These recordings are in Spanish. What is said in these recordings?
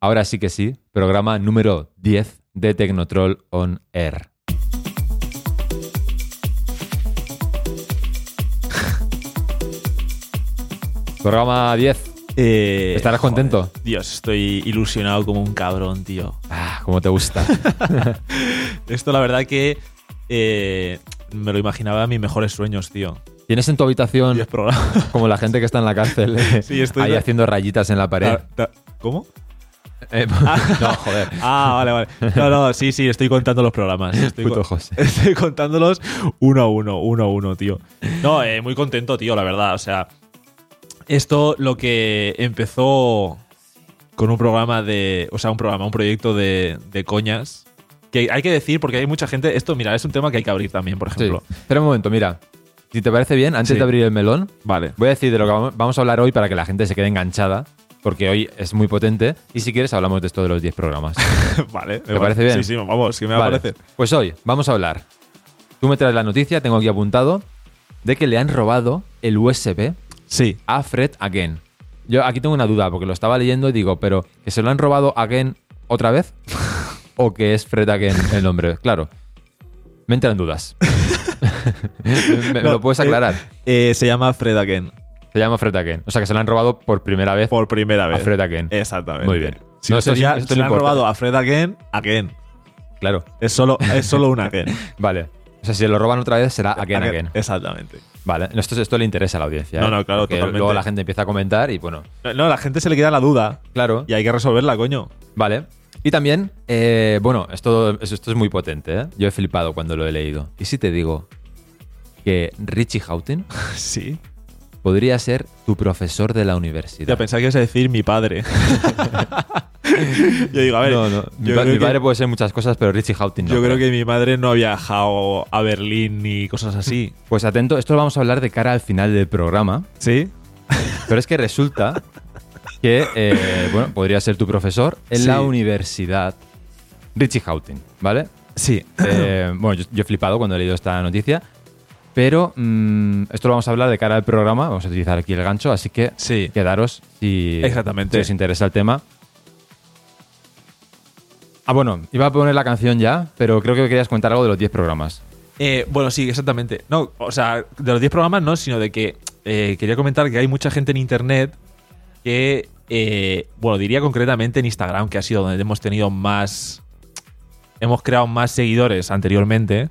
Ahora sí que sí, programa número 10 de Tecnotroll On Air. programa 10. Eh, ¿Estarás contento? joder, Dios, estoy ilusionado como un cabrón, tío. Ah, como te gusta. Esto la verdad que eh, me lo imaginaba en mis mejores sueños, tío. ¿Tienes en tu habitación 10 programas. como la gente que está en la cárcel eh, Sí, estoy ahí de- Ah, haciendo rayitas en la pared? Ta- ta- ¿Cómo? Eh, no, joder. Ah, vale, vale. No, no, sí, sí, estoy contando los programas. Estoy, Puto con- José. estoy contándolos uno a uno, uno a uno, tío. No, eh, muy contento, tío, la verdad. O sea, esto lo que empezó con un programa de. O sea, un programa, un proyecto de, de coñas. Que hay que decir, porque hay mucha gente. Esto, mira, es un tema que hay que abrir también, por Sí. ejemplo. Espera un momento, mira. Si te parece bien, antes Sí. de abrir el melón, Vale. Voy a decir de lo que vamo- vamos a hablar hoy para que la gente se quede enganchada, porque hoy es muy potente. Y si quieres, hablamos de esto de los 10 programas. vale. ¿Te parece bien? Sí, sí, vamos, que me va Vale, a parecer. Pues hoy vamos a hablar. Tú me traes la noticia, tengo aquí apuntado, de que le han robado el USB Sí. a Fred Again. Yo aquí tengo una duda, porque lo estaba leyendo y digo, pero ¿que se lo han robado Again otra vez? ¿O que es Fred Again el nombre? Claro. Me entran dudas. ¿Me, me No, lo puedes eh, aclarar? Eh, se llama Fred Again. Se llama Fred Again. O sea, que se lo han robado por primera vez Por primera a vez. Eh. Fred Again. Exactamente. Muy bien. Si No, no, esto sí- sería, esto se no le han importa. robado a Fred Again, again. Claro. Es solo, es solo un again. Vale. O sea, si se lo roban otra vez será again, again. Exactamente. Vale. No, Esto, esto le interesa a la audiencia. No, ¿eh? no, claro, Porque totalmente. Luego la gente empieza a comentar y bueno. No, no, a la gente se le queda la duda Claro. y hay que resolverla, coño. Vale. Y también, eh, bueno, esto, esto esto es muy potente, ¿eh? Yo he flipado cuando lo he leído. ¿Y si te digo que Richie Houghton Sí. podría ser tu profesor de la universidad? Ya pensaba que ibas a decir mi padre. yo digo, a ver. no, no. Mi, Yo, pa- creo, mi que, padre puede ser muchas cosas, pero Richie Houghton no. yo creo que mi madre no ha viajado a Berlín ni cosas así. Pues atento, esto lo vamos a hablar de cara al final del programa. ¿Sí? Pero es que resulta que, eh, bueno, podría ser tu profesor en Sí. la universidad, Richie Houghton, ¿vale? Sí. Eh, bueno, yo, yo he flipado cuando he leído esta noticia, pero mm, esto lo vamos a hablar de cara al programa, vamos a utilizar aquí el gancho, así que Sí. quedaros si, Exactamente. si os interesa el tema. Ah, bueno, iba a poner la canción ya, pero creo que querías contar algo de los 10 programas. Eh, bueno, sí, exactamente. No, o sea, de los 10 programas no, sino de que eh, quería comentar que hay mucha gente en internet que, eh, bueno, diría concretamente en Instagram, que ha sido donde hemos tenido más. Hemos creado más seguidores anteriormente,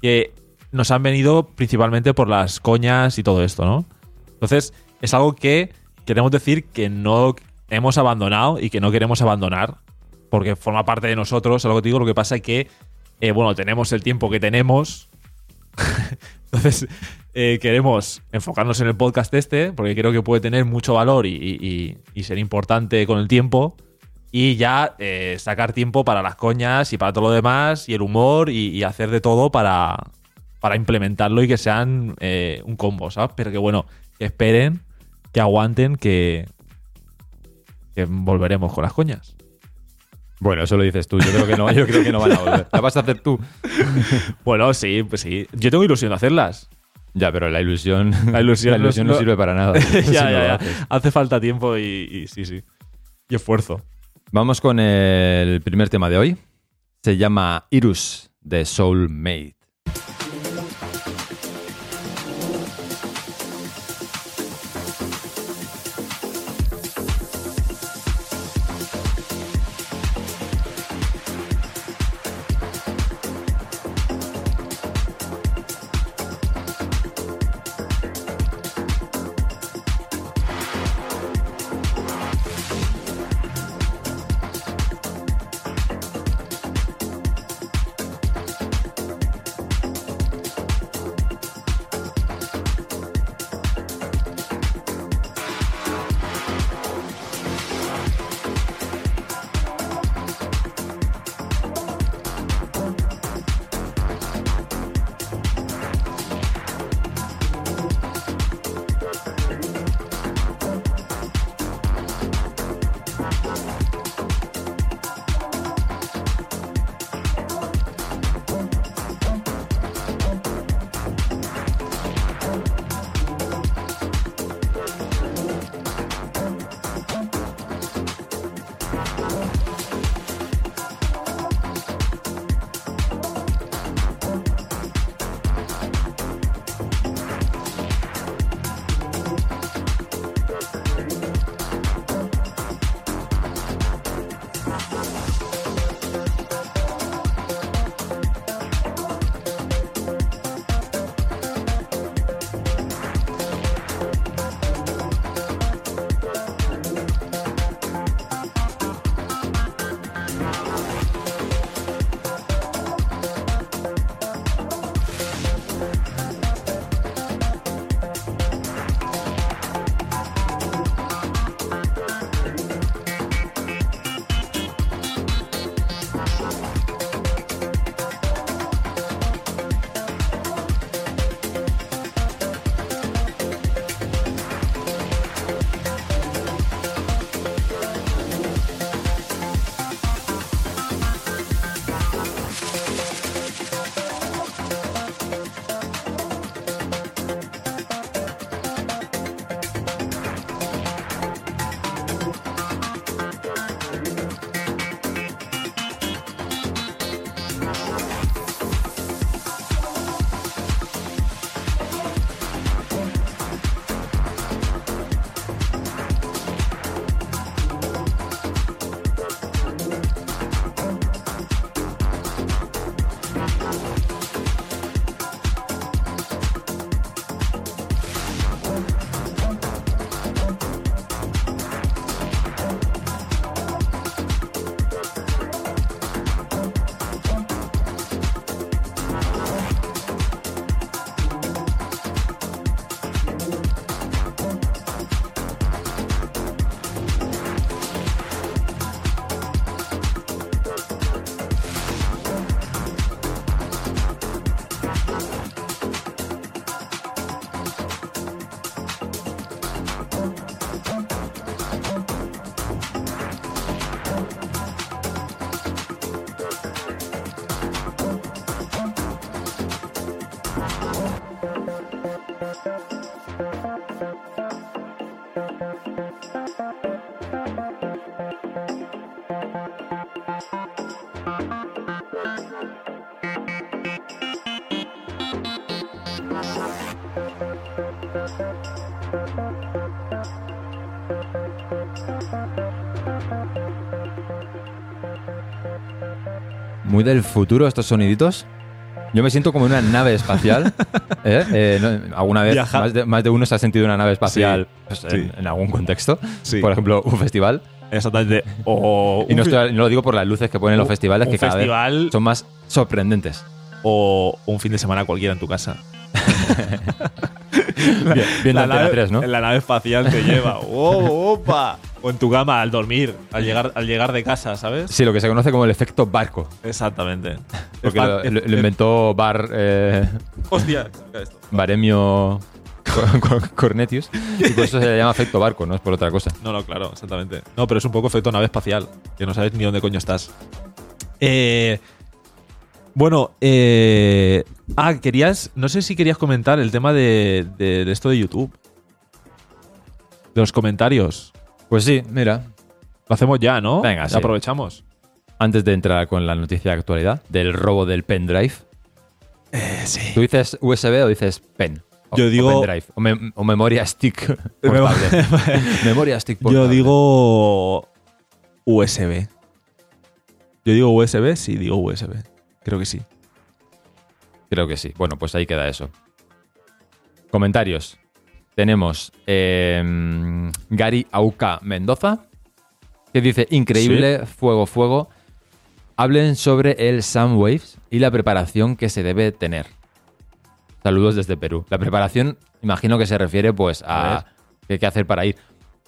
que nos han venido principalmente por las coñas y todo esto, ¿no? Entonces, es algo que queremos decir que no hemos abandonado y que no queremos abandonar, porque forma parte de nosotros, es lo que te digo, lo que pasa es que, eh, bueno, tenemos el tiempo que tenemos, entonces eh, queremos enfocarnos en el podcast este, porque creo que puede tener mucho valor y, y- y- y ser importante con el tiempo, y ya eh, sacar tiempo para las coñas y para todo lo demás, y el humor, y, y hacer de todo para, para implementarlo y que sean eh, un combo, ¿sabes? Pero que bueno, que esperen, que aguanten, que, que volveremos con las coñas. Bueno, eso lo dices tú, yo creo que no, yo creo que no van a volver. La vas a hacer tú. Bueno, sí, pues sí. Yo tengo ilusión de hacerlas. Ya, pero la ilusión, La ilusión no- no, no- sirve para nada. ya, si no lo ya, ya. haces. Hace falta tiempo y, y sí, sí. Y esfuerzo. Vamos con el primer tema de hoy. Se llama Irus de Soulmate. Muy del futuro estos soniditos. Yo me siento como en una nave espacial. ¿eh? Eh, no, alguna vez Viaja- más de, más de uno se ha sentido en una nave espacial pues, en- sí. en, algún contexto. Sí. Por ejemplo, un festival. Exactamente. O Y un no, fi- estoy- no lo digo por las luces que ponen los un- festivales, un que cada festival vez son más sorprendentes. o un fin de semana cualquiera en tu casa. Bien, viendo Antena 3, ¿no? la nave espacial te lleva. ¡Oh, opa! O en tu cama al dormir, al llegar, al llegar de casa, ¿sabes? Sí, lo que se conoce como el efecto barco. Exactamente. Porque Es fan- lo, es- lo- lo inventó Bar, eh, es- Hostia, saca esto. Baremio Cor- Cor- Cornetius. Y por eso se le llama efecto barco, no es por otra cosa. No, no, claro, exactamente. No, pero es un poco efecto nave espacial, que no sabes ni dónde coño estás. Eh, bueno, eh, ah, querías, no sé si querías comentar el tema de, de esto de YouTube. De los comentarios. Pues sí, mira. Lo hacemos ya, ¿no? Venga, Ya sí. aprovechamos. Antes de entrar con la noticia de actualidad del robo del pendrive, sí. ¿tú dices USB o dices pen? O- Yo o digo- pendrive, o, mem- o memoria stick Memo- portable. memoria stick portable. Yo digo USB. Yo digo USB, sí, digo USB. Creo que sí. Creo que sí. Bueno, pues ahí queda eso. Comentarios. Tenemos em, Gary Auca Mendoza, que dice, increíble, fuego, fuego. Hablen sobre el Soundwaves y la preparación que se debe tener. Saludos desde Perú. La preparación, imagino que se refiere pues A a qué hay que hacer para ir.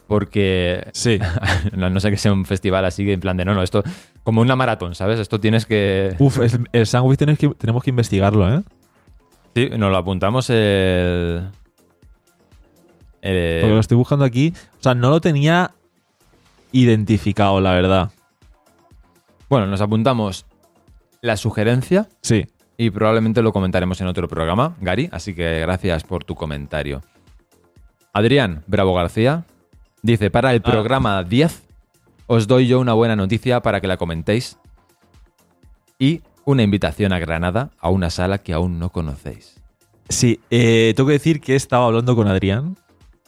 Porque Sí. no, no sé que sea un festival así, en plan de no, no, esto como una maratón, ¿sabes? Esto tienes que... Uf, el, el sándwich tenemos que, tenemos que investigarlo, ¿eh? Sí, nos lo apuntamos el. el- Porque lo estoy buscando aquí. O sea, no lo tenía identificado, la verdad. bueno, nos apuntamos la sugerencia Sí. y probablemente lo comentaremos en otro programa, Gary. Así que gracias por tu comentario. Adrián Bravo García dice: Para el Ah. programa 10, os doy yo una buena noticia para que la comentéis y una invitación a Granada a una sala que aún no conocéis. Sí, eh, tengo que decir que estaba hablando con Adrián.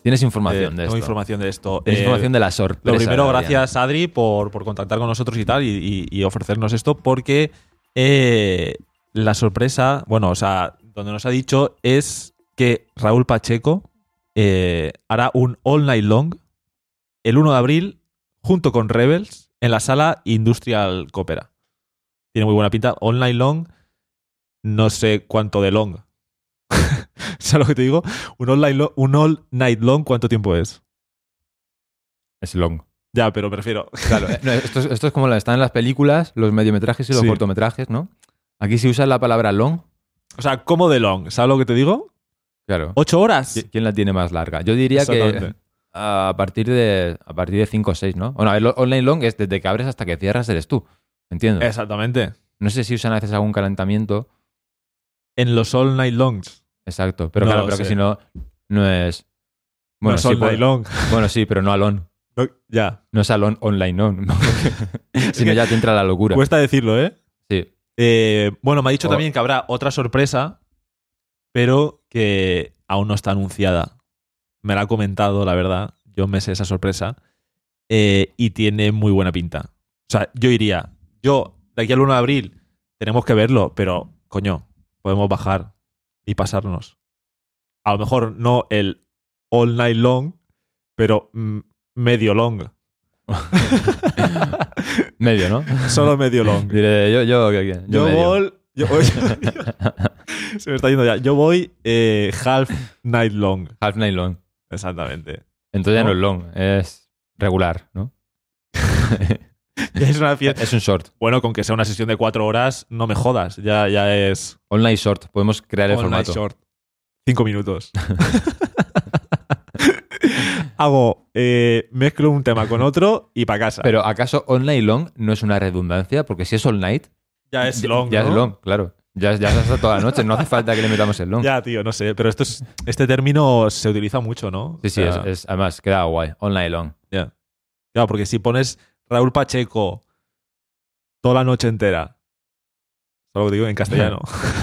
Tienes información de Eh, tengo esto. información de esto. Tienes Eh, información de la sorpresa. Lo primero, de Adrián. gracias Adri por, por contactar con nosotros y tal y, y- y ofrecernos esto porque eh, la sorpresa, bueno, o sea, donde nos ha dicho es que Raúl Pacheco eh, hará un All Night Long el 1 de abril junto con Rebels en la sala Industrial Coopera. Tiene muy buena pinta. All Night Long, no sé cuánto de long. ¿Sabes lo que te digo? Un all, night lo- un all Night Long, ¿cuánto tiempo es? Es long. Ya, pero prefiero. Claro, eh, no, esto, es- esto es como lo están en las películas, los mediometrajes y los Sí. cortometrajes, ¿no? Aquí si usas la palabra long, O sea, como de long, ¿sabes lo que te digo? claro. ¿Ocho horas? ¿qui- ¿Quién la tiene más larga? Yo diría que Exactamente. a partir de a partir de 5 o 6, ¿no? Bueno, el online long es desde que abres hasta que cierras eres tú. Entiendo. Exactamente. No sé si usan a veces algún calentamiento. En los all night longs. Exacto. Pero No claro, lo pero que sé. si no, no es. Bueno, Bueno, no es sí, all puede- night long. bueno, sí, pero no alon. No, ya. No es alon online on. si no, ya te entra la locura. Cuesta decirlo, ¿eh? sí. Eh, Bueno, me ha dicho O- también que habrá otra sorpresa, pero que aún no está anunciada. Me la ha comentado, la verdad. Yo me sé esa sorpresa. Eh, y tiene muy buena pinta. O sea, yo iría. Yo, de aquí al 1 de abril, tenemos que verlo, pero, coño, podemos bajar y pasarnos. A lo mejor no el all night long, pero mm, medio long. Medio, ¿no? Solo medio long. Diré, yo, yo, yo, yo Yo medio. voy. Yo voy se me está yendo ya. Yo voy eh, half night long. Half night long. Exactamente. Entonces ya no ¿No? es long, es regular, ¿no? Ya es una fiesta. es un short, Bueno, con que sea una sesión de cuatro horas, no me jodas. Ya, ya es online short, podemos crear el all night formato. short. Cinco minutos. Hago, eh, mezclo un tema con otro y para casa. Pero ¿acaso online long no es una redundancia? Porque si es all night, ya es long. ya ¿no? es long, claro. Ya, es- ya es hasta toda la noche, no hace falta que le metamos el long. Ya, tío, no sé. Pero esto es, este término se utiliza mucho, ¿no? Sí, sí, O es, sea, es- además queda guay, online long. Ya. Claro, porque si pones Raúl Pacheco toda la noche entera, solo digo en castellano,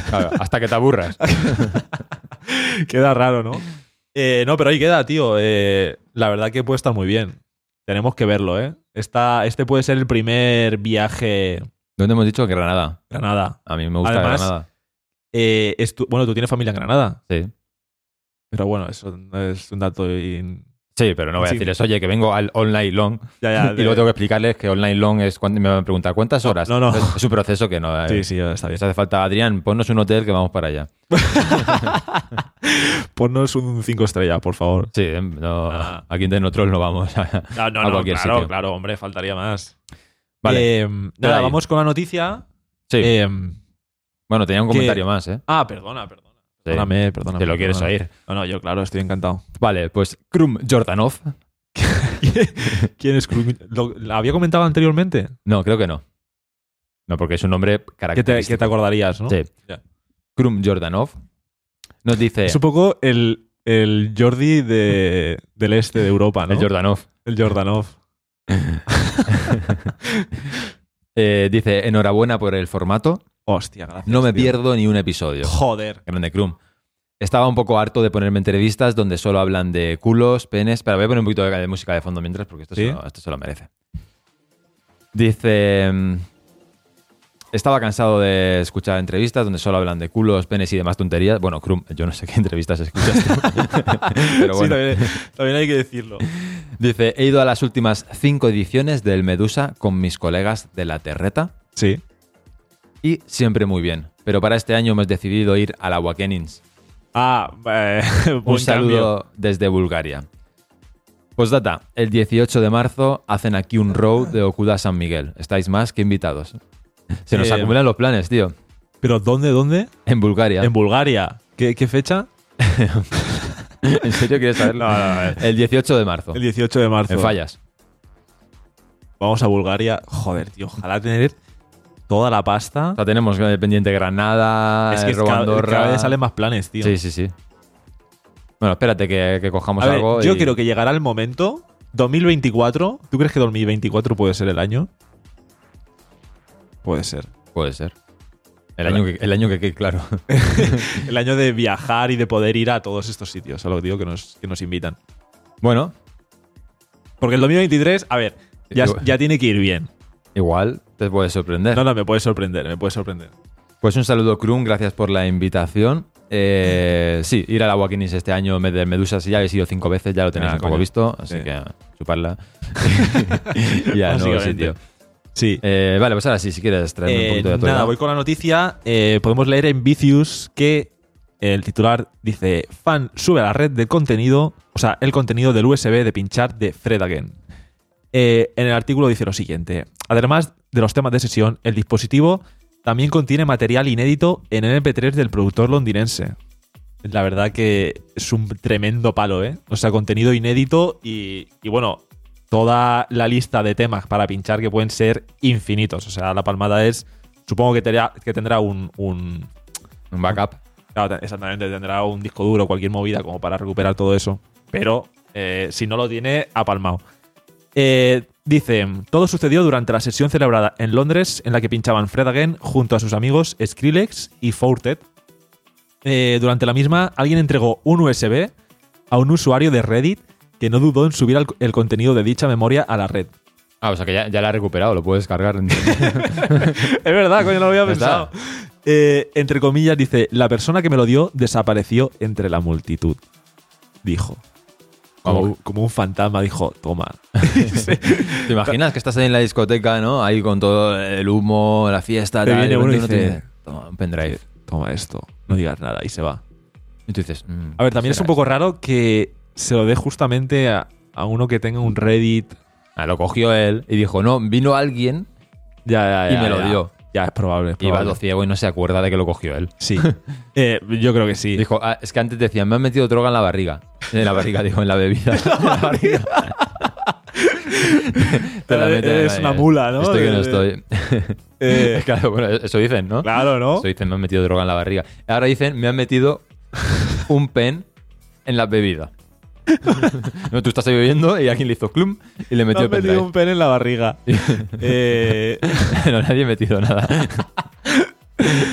Claro, hasta que te aburras. queda raro, ¿no? Eh, no, pero ahí queda, tío. Eh, la verdad que puede estar muy bien. Tenemos que verlo, ¿eh? Esta, este puede ser el primer viaje ¿Dónde hemos dicho? Granada. Granada. A mí me gusta Además- Granada. Eh, estu- bueno, tú tienes familia en Granada, Sí. pero bueno, eso no es un dato. in- Sí, pero no voy a Sí. decirles, oye, que vengo al online long Ya, ya, y de- luego tengo que explicarles que online long es cuando me van a preguntar cuántas horas. no, no. Es, es un proceso que no. eh, Sí, sí, ya está bien. les hace falta, Adrián, ponnos un hotel que vamos para allá. Ponnos un 5 estrellas, por favor. Sí, eh, no, Ah. aquí en Tecnotrol no vamos. No, no, A no, cualquier claro, sitio. claro, hombre, faltaría más. vale. Eh, nada, ahí. vamos con la noticia. sí. Eh, bueno, tenía un que- comentario más, ¿eh? ah, perdona, perdona. Sí. Perdóname, perdóname. Te lo quieres perdóname. oír. No, no, yo, claro, estoy encantado. Vale, pues Krum Jordanov. ¿Quién es Krum? ¿Lo, lo había comentado anteriormente? No, creo que no. No, porque es un nombre Que te, característico. que te acordarías, ¿no? Sí. Ya. Krum Jordanov nos dice. Es un poco el, el Jordi de- del este de Europa, ¿no? El Jordanov. El Jordanov. eh, dice: Enhorabuena por el formato. Hostia, gracias. No me tío. pierdo ni un episodio. Joder. Grande Krum. Estaba un poco harto de ponerme entrevistas donde solo hablan de culos, penes. Pero voy a poner un poquito de, de música de fondo mientras, porque esto, ¿Sí? se, lo, esto se lo merece. Dice. mm, Estaba cansado de escuchar entrevistas donde solo hablan de culos, penes y demás tonterías. Bueno, Krum, yo no sé qué entrevistas escuchas tú. pero Sí, bueno. también, también hay que decirlo. Dice, he ido a las últimas cinco ediciones del Medusa con mis colegas de la Terreta Sí. y siempre muy bien. Pero para este año hemos decidido ir a la Wakenins. Ah, eh, Un buen cambio. saludo desde Bulgaria. Postdata, el 18 de marzo hacen aquí un road de Okuda San Miguel. Estáis más que invitados. Se nos Eh, acumulan los planes, tío. ¿Pero dónde, dónde? En Bulgaria. En Bulgaria. ¿Qué, qué fecha? ¿En serio quieres saberlo? No, no, no. El 18 de marzo. El 18 de marzo. En fallas. Vamos a Bulgaria. Joder, tío, ojalá tener toda la pasta. O sea, tenemos eh, pendiente Granada, es que es Robo cada, Andorra. cada vez salen más planes, tío. Sí, sí, sí. Bueno, espérate que, que cojamos A ver, algo. yo y- creo que llegará el momento. 2024. ¿Tú crees que 2024 puede ser el año? Puede ser. Puede ser. El año que, el año que, que- claro. El año de viajar y de poder ir a todos estos sitios, a lo que digo que nos, que nos invitan. Bueno, Porque el 2023, a ver, ya, ya tiene que ir bien. igual te puede sorprender. No, no, me puede sorprender, me puede sorprender. Pues un saludo, Krum. Gracias por la invitación. Eh, sí, ir a la Wakinis este año en vez de Medusa. Si ya habéis ido cinco veces, ya lo tenéis Ah, un poco coño. visto. Así Sí. que chuparla. y a nuevo Básicamente. sitio. Sí. Eh, vale, pues ahora sí, si quieres traerme Eh, un poquito de nada, actualidad. voy con la noticia. Eh, podemos leer en Vicious que el titular dice: Fan sube a la red del contenido, o sea, el contenido del USB de pinchar de Fred Again. Eh, en el artículo dice lo siguiente: Además de los temas de sesión, el dispositivo también contiene material inédito en MP3 del productor londinense. La verdad que es un tremendo palo, ¿eh? O sea, contenido inédito y, y bueno, toda la lista de temas para pinchar que pueden ser infinitos. O sea, la palmada es, supongo que, tendrá- que tendrá un, un- Un backup. claro, te- exactamente, tendrá un disco duro, cualquier movida como para recuperar todo eso. Pero eh, si no lo tiene, apalmado. Eh, dice, todo sucedió durante la sesión celebrada en Londres en la que pinchaban Fred Again junto a sus amigos Skrillex y Fourtet. Eh, durante la misma, alguien entregó un USB a un usuario de Reddit que no dudó en subir al- el contenido de dicha memoria a la red. Ah, o sea que ya, ya la he recuperado, lo puedes cargar. Es verdad, coño, no lo había Ya está. pensado. Eh, entre comillas dice, la persona que me lo dio desapareció entre la multitud. Dijo. Como, Vamos. como un fantasma dijo, toma. ¿Te imaginas que estás ahí en la discoteca, ¿no? Ahí con todo el humo, la fiesta, Te tal, viene y de uno y repente dice, Toma, un pendrive. Toma esto, no digas nada y se va. Y tú dices, mm, A ver, también es un será poco raro que se lo dé justamente a, a uno que tenga un Reddit. esto. Ah, lo cogió él y dijo, no, vino alguien Ya, ya, Y ya, me lo ya. dio. Ya, es probable. es y va probable. todo ciego y no se acuerda de que lo cogió él. Sí. Eh, yo creo que sí. Dijo, "Ah, es que antes decían, me han metido droga en la barriga. En la barriga, dijo, en la bebida. En la barriga. Te la meten en Eres la- Eh, una mula, ¿no? Estoy que no De- estoy. Eh, claro, bueno, eso dicen, ¿no? claro, ¿no? Eso dicen, me han metido droga en la barriga. Ahora dicen, me han metido un pen en la bebida. no, tú estás ahí bebiendo y alguien le hizo clum y le Me metió han el pendrive. metido un pen en la barriga. Eh, no, nadie ha metido nada.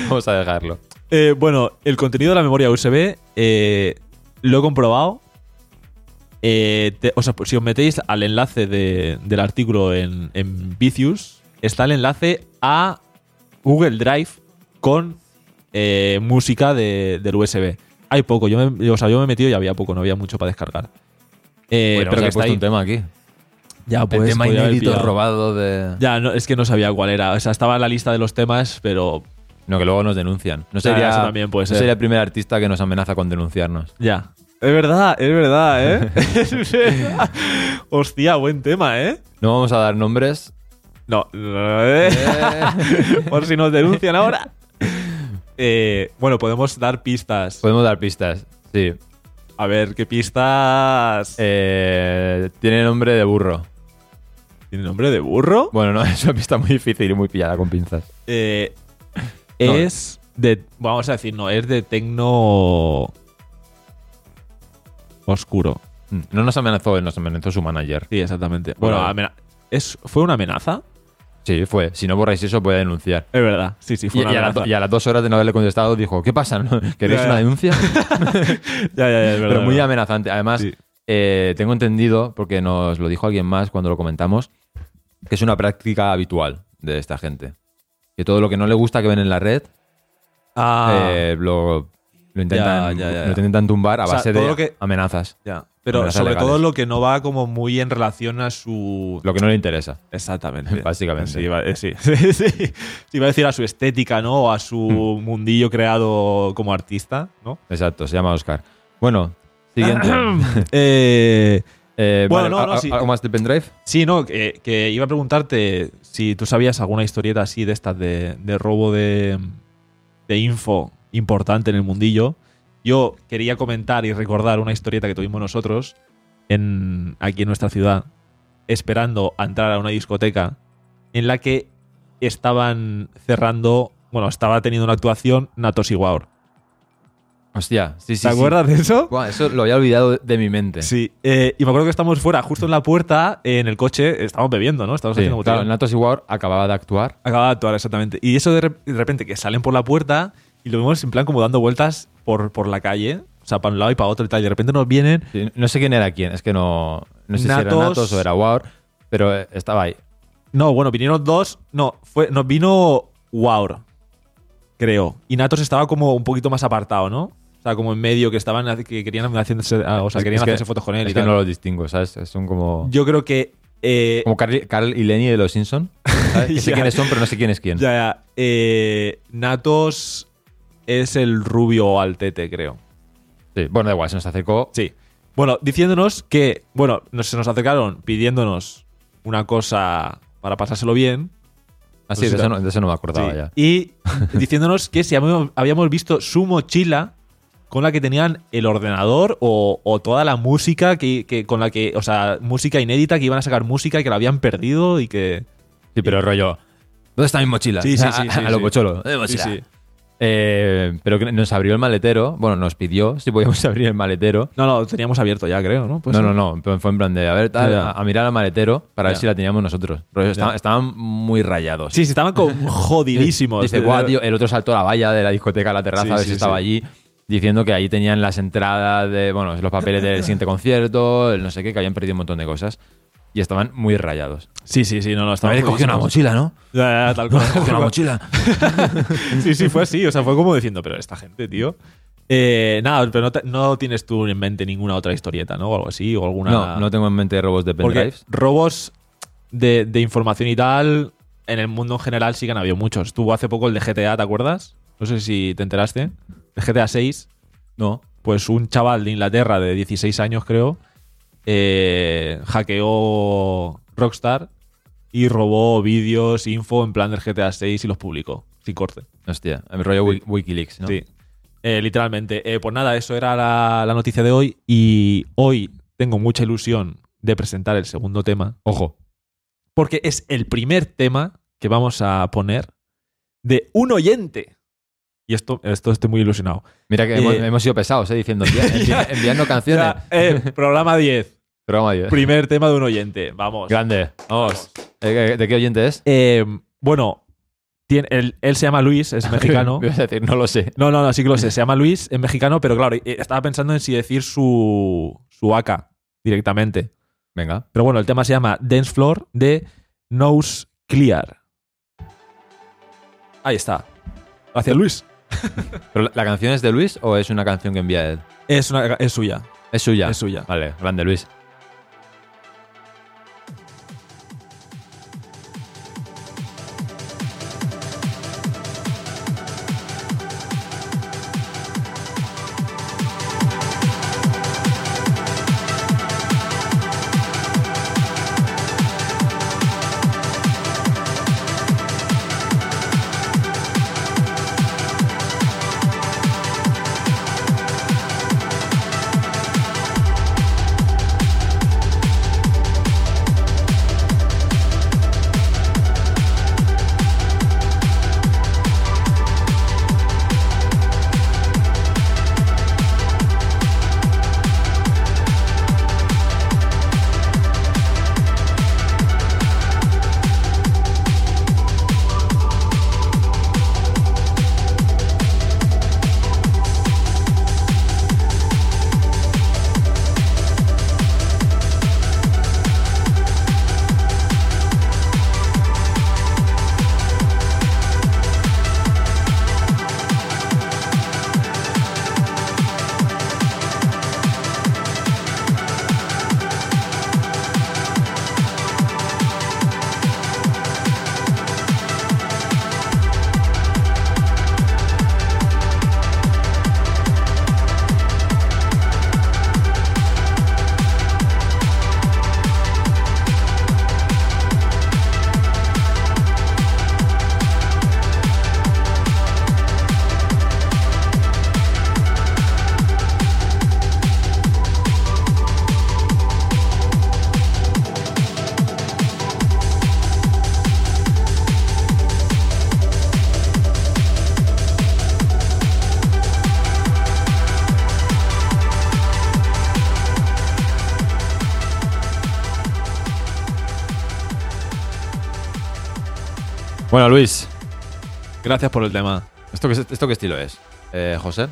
Vamos a dejarlo. eh, bueno, el contenido de la memoria USB eh, lo he comprobado. Eh, te- o sea, pues, si os metéis al enlace de- del artículo en, en Vicious, está el enlace a Google Drive con eh, música de- del USB. Hay poco, yo me, o sea, yo me he metido y había poco, no había mucho para descargar. Eh, Bueno, pero os que he está puesto ahí. un tema aquí. Ya, pues, el tema podía haber inédito pillado. robado de. Ya, no, es que no sabía cuál era. O sea, estaba en la lista de los temas, pero No, que luego nos denuncian. No Ya, sería, eso también puede no ser. sería el primer artista que nos amenaza con denunciarnos. ya. Es verdad, es verdad, ¿eh? Es verdad. Hostia, buen tema, ¿eh? No vamos a dar nombres. No, no, eh. por si nos denuncian ahora. Eh, bueno, podemos dar pistas. Podemos dar pistas. Sí. A ver, ¿qué pistas? Eh, tiene nombre de burro. ¿Tiene nombre de burro? Bueno, no, es una pista muy difícil y muy pillada con pinzas. Eh, No. es de. Vamos a decir, no, es de tecno. Oscuro. Mm, No nos amenazó él, nos amenazó su manager. Sí, exactamente. Bueno, Bueno. amena- ¿es, ¿fue una amenaza? Sí, fue. Si no borráis eso, voy a denunciar. Es verdad. Sí, sí, Y, fue una y a la- amenaza. y a las dos horas de no haberle contestado, dijo: ¿Qué pasa? ¿No? ¿Queréis Ya, ya. una denuncia? Ya, ya, ya, es verdad, Pero muy verdad. amenazante. Además, Sí. eh, tengo entendido, porque nos lo dijo alguien más cuando lo comentamos, que es una práctica habitual de esta gente. Que todo lo que no le gusta que ven en la red, Ah, eh, lo, lo intentan, Ya, ya, ya, ya. lo intentan tumbar a O sea, base todo de lo que- amenazas. ya. Pero amenazas sobre legales. todo lo que no va como muy en relación a su. Lo que no le interesa. Exactamente. Básicamente. Sí, iba, eh, sí, sí, sí. Iba a decir a su estética, ¿no? O a su mundillo creado como artista, ¿no? Exacto, se llama Oscar. Bueno, siguiente. Eh, Eh, Bueno, vale, no, no, ¿a- sí. ¿Algo más de pendrive? sí, no, que, que iba a preguntarte si tú sabías alguna historieta así de estas de, de robo de, de info importante en el mundillo. Yo quería comentar y recordar una historieta que tuvimos nosotros en, aquí en nuestra ciudad, esperando a entrar a una discoteca en la que estaban cerrando, bueno, estaba teniendo una actuación Natos Iguaor. Hostia, sí, sí. ¿Te sí. acuerdas de eso? Buah, eso lo había olvidado de- de mi mente. Sí, eh, y me acuerdo que estamos fuera, justo en la puerta, eh, en el coche, estamos bebiendo, ¿no? Estamos Sí, haciendo botellón. claro, Natos Iguar acababa de actuar. Acaba de actuar, exactamente. Y eso de, rep- de repente que salen por la puerta y lo vemos en plan como dando vueltas por, por la calle, o sea, para un lado y para otro y tal. Y de repente nos vienen. Sí, no sé quién era quién, es que no, no sé si Natos- era Natos o era War, pero eh, estaba ahí. No, bueno, vinieron dos. No, fue, nos vino Waur, creo. Y Natos estaba como un poquito más apartado, ¿no? O sea, como en medio que estaban, que querían hacerse, ah, o sea, Es- querían es que- hacerse fotos con él Es y que tal. no lo distingo, ¿sabes? Son como. Yo creo que. eh, Como Carl, Carl y Lenny de los Simpson. ¿sabes? Ah, Que sé Ya. quiénes son, pero no sé quién es quién. Ya, ya. Eh, Natos es el rubio altete, creo. Sí, bueno, da igual, se nos acercó. Sí. Bueno, diciéndonos que, bueno, nos, se nos acercaron pidiéndonos una cosa para pasárselo bien. Así, Pues Ah, de, sí, eso no, de eso no me acordaba Sí. ya. Y diciéndonos que si habíamos, habíamos visto su mochila con la que tenían el ordenador o, o toda la música que, que- con la que, o sea, música inédita que iban a sacar música y que la habían perdido y que... Sí, pero rollo. ¿Dónde está mi mochila? Sí, sí, A- sí, A, sí, a lo sí. pocholo. Eh, Sí, mochila. sí. Eh, pero que nos abrió el maletero. Bueno, nos pidió si podíamos abrir el maletero. No, no, lo teníamos abierto ya, creo, ¿no? Pues no, no, no. pero Fue en plan de a ver, tal, Ya, ya. a, a mirar al maletero para Ya. ver si la teníamos nosotros. Rollo, estaban, estaban muy rayados. Sí, sí, estaban como jodidísimos. Dice, "Buah, tío, el otro saltó a la valla de la discoteca a la terraza Eh, Sí, a ver sí, si estaba sí. allí, diciendo que ahí tenían las entradas de, bueno, los papeles del siguiente concierto, el no sé qué, que habían perdido un montón de cosas. Y estaban muy rayados. Sí, sí, sí, no, no, estaban Habéis cogido una jodidísimos. mochila, ¿no? Ya, ya, tal cual. Habéis cogido una mochila. Sí, sí, fue así. O sea, fue como diciendo, pero esta gente, tío. Eh, nada, pero no, te- no tienes tú en mente ninguna otra historieta, ¿no? O algo así, o alguna. No, no tengo en mente robos de Porque pendrives. robos de, de información y tal, en el mundo en general sí que han habido muchos. Estuvo hace poco el de GTA, ¿te acuerdas? No sé si te enteraste. El GTA 6, No. pues un chaval de Inglaterra de 16 años, creo, eh, hackeó Rockstar y robó vídeos, info en plan del GTA 6 y los publicó, sin corte. Hostia, el rollo Wi- Wikileaks, ¿no? Sí. Eh, literalmente. Eh, pues nada, eso era la, la noticia de hoy. Y hoy tengo mucha ilusión de presentar el segundo tema. Ojo. Porque es el primer tema que vamos a poner de un oyente. Y esto, esto estoy muy ilusionado. Mira que Eh, hemos, hemos sido pesados, ¿eh? Diciendo, "Envía- envía- enviando canciones. Ya, eh, programa 10. Pero vamos, Dios. Primer tema de un oyente. Vamos. Grande. Vamos. Eh, eh, ¿De qué oyente es? Eh, bueno, tiene- él, él se llama Luis, es mexicano. Me ibas a decir, no lo sé. No, no, no, sí que lo sé. Se llama Luis, es mexicano, pero claro, eh, estaba pensando en si decir su, su AK directamente. Venga. Pero bueno, el tema se llama Dance Floor de Nose Clear. Ahí está. Hacia Luis. ¿Pero la, la canción es de Luis o es una canción que envía él? Es, una, es suya. Es suya. Es suya. Vale, grande Luis. Bueno, Luis, Gracias por el tema. ¿esto qué, es- esto qué estilo es? Eh, José,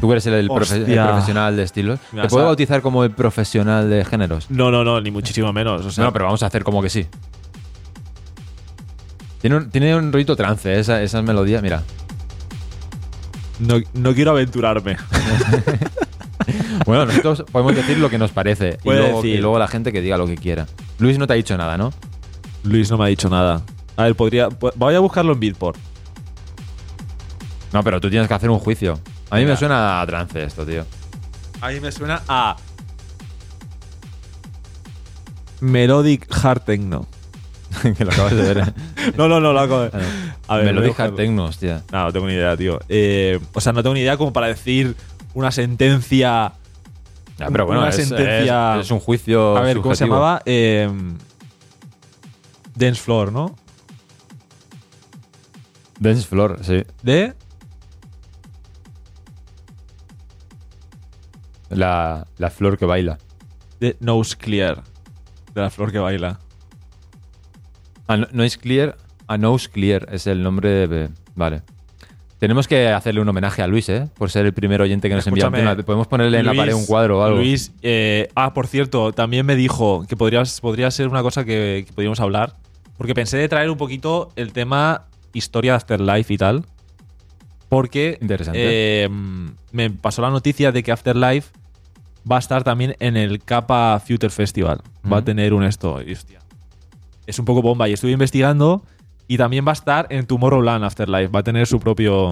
tú eres el, el profe- el Hostia. profesional de estilos. Me ¿Te vas puedo a- bautizar como el profesional de géneros? No, no, no, ni muchísimo menos. O sea, no, pero vamos a hacer como que sí. Tiene un, tiene un rollito trance, eh, esa, esas melodías, mira. no, no quiero aventurarme. Bueno, nosotros podemos decir lo que nos parece. Y Puede luego, decir. y luego la gente que diga lo que quiera. Luis no te ha dicho nada, ¿no? Luis no me ha dicho nada. A ver, podría. po- Voy a buscarlo en Beatport. No, pero tú tienes que hacer un juicio. A mí me Venga. suena a trance esto, tío. Ahí me suena a. Melodic Hard Techno. que lo acabas de ver. eh. No, no, no, lo acabo de. A ver, voy a Melodic buscarlo. Hard Techno, hostia. No, no tengo ni idea, tío. Eh, o sea, no tengo ni idea como para decir una sentencia. Ya, Ah, pero bueno, Una es, sentencia- es- es un juicio. A ver, ¿cómo se subjetivo. llamaba? Eh, Dance Floor, ¿no? Dance Floor, sí. De. La, la flor que baila. de Nose Clear. De la flor que baila. Ah, no, no es Clear. A Nose Clear es el nombre. de- vale. Tenemos que hacerle un homenaje a Luis, ¿eh? Por ser el primer oyente que nos envió un Escúchame, tema. Podemos ponerle en la Luis- pared un cuadro o algo. Luis, eh, ah, por cierto, también me dijo que podrías, podría ser una cosa que, que podríamos hablar, porque pensé de traer un poquito el tema historia de Afterlife y tal, porque Interesante. eh, me pasó la noticia de que Afterlife va a estar también en el Kappa Future Festival, va a Ujú. tener un esto, y hostia, es un poco bomba, y estuve investigando, y también va a estar en Tomorrowland Afterlife, va a tener su propio...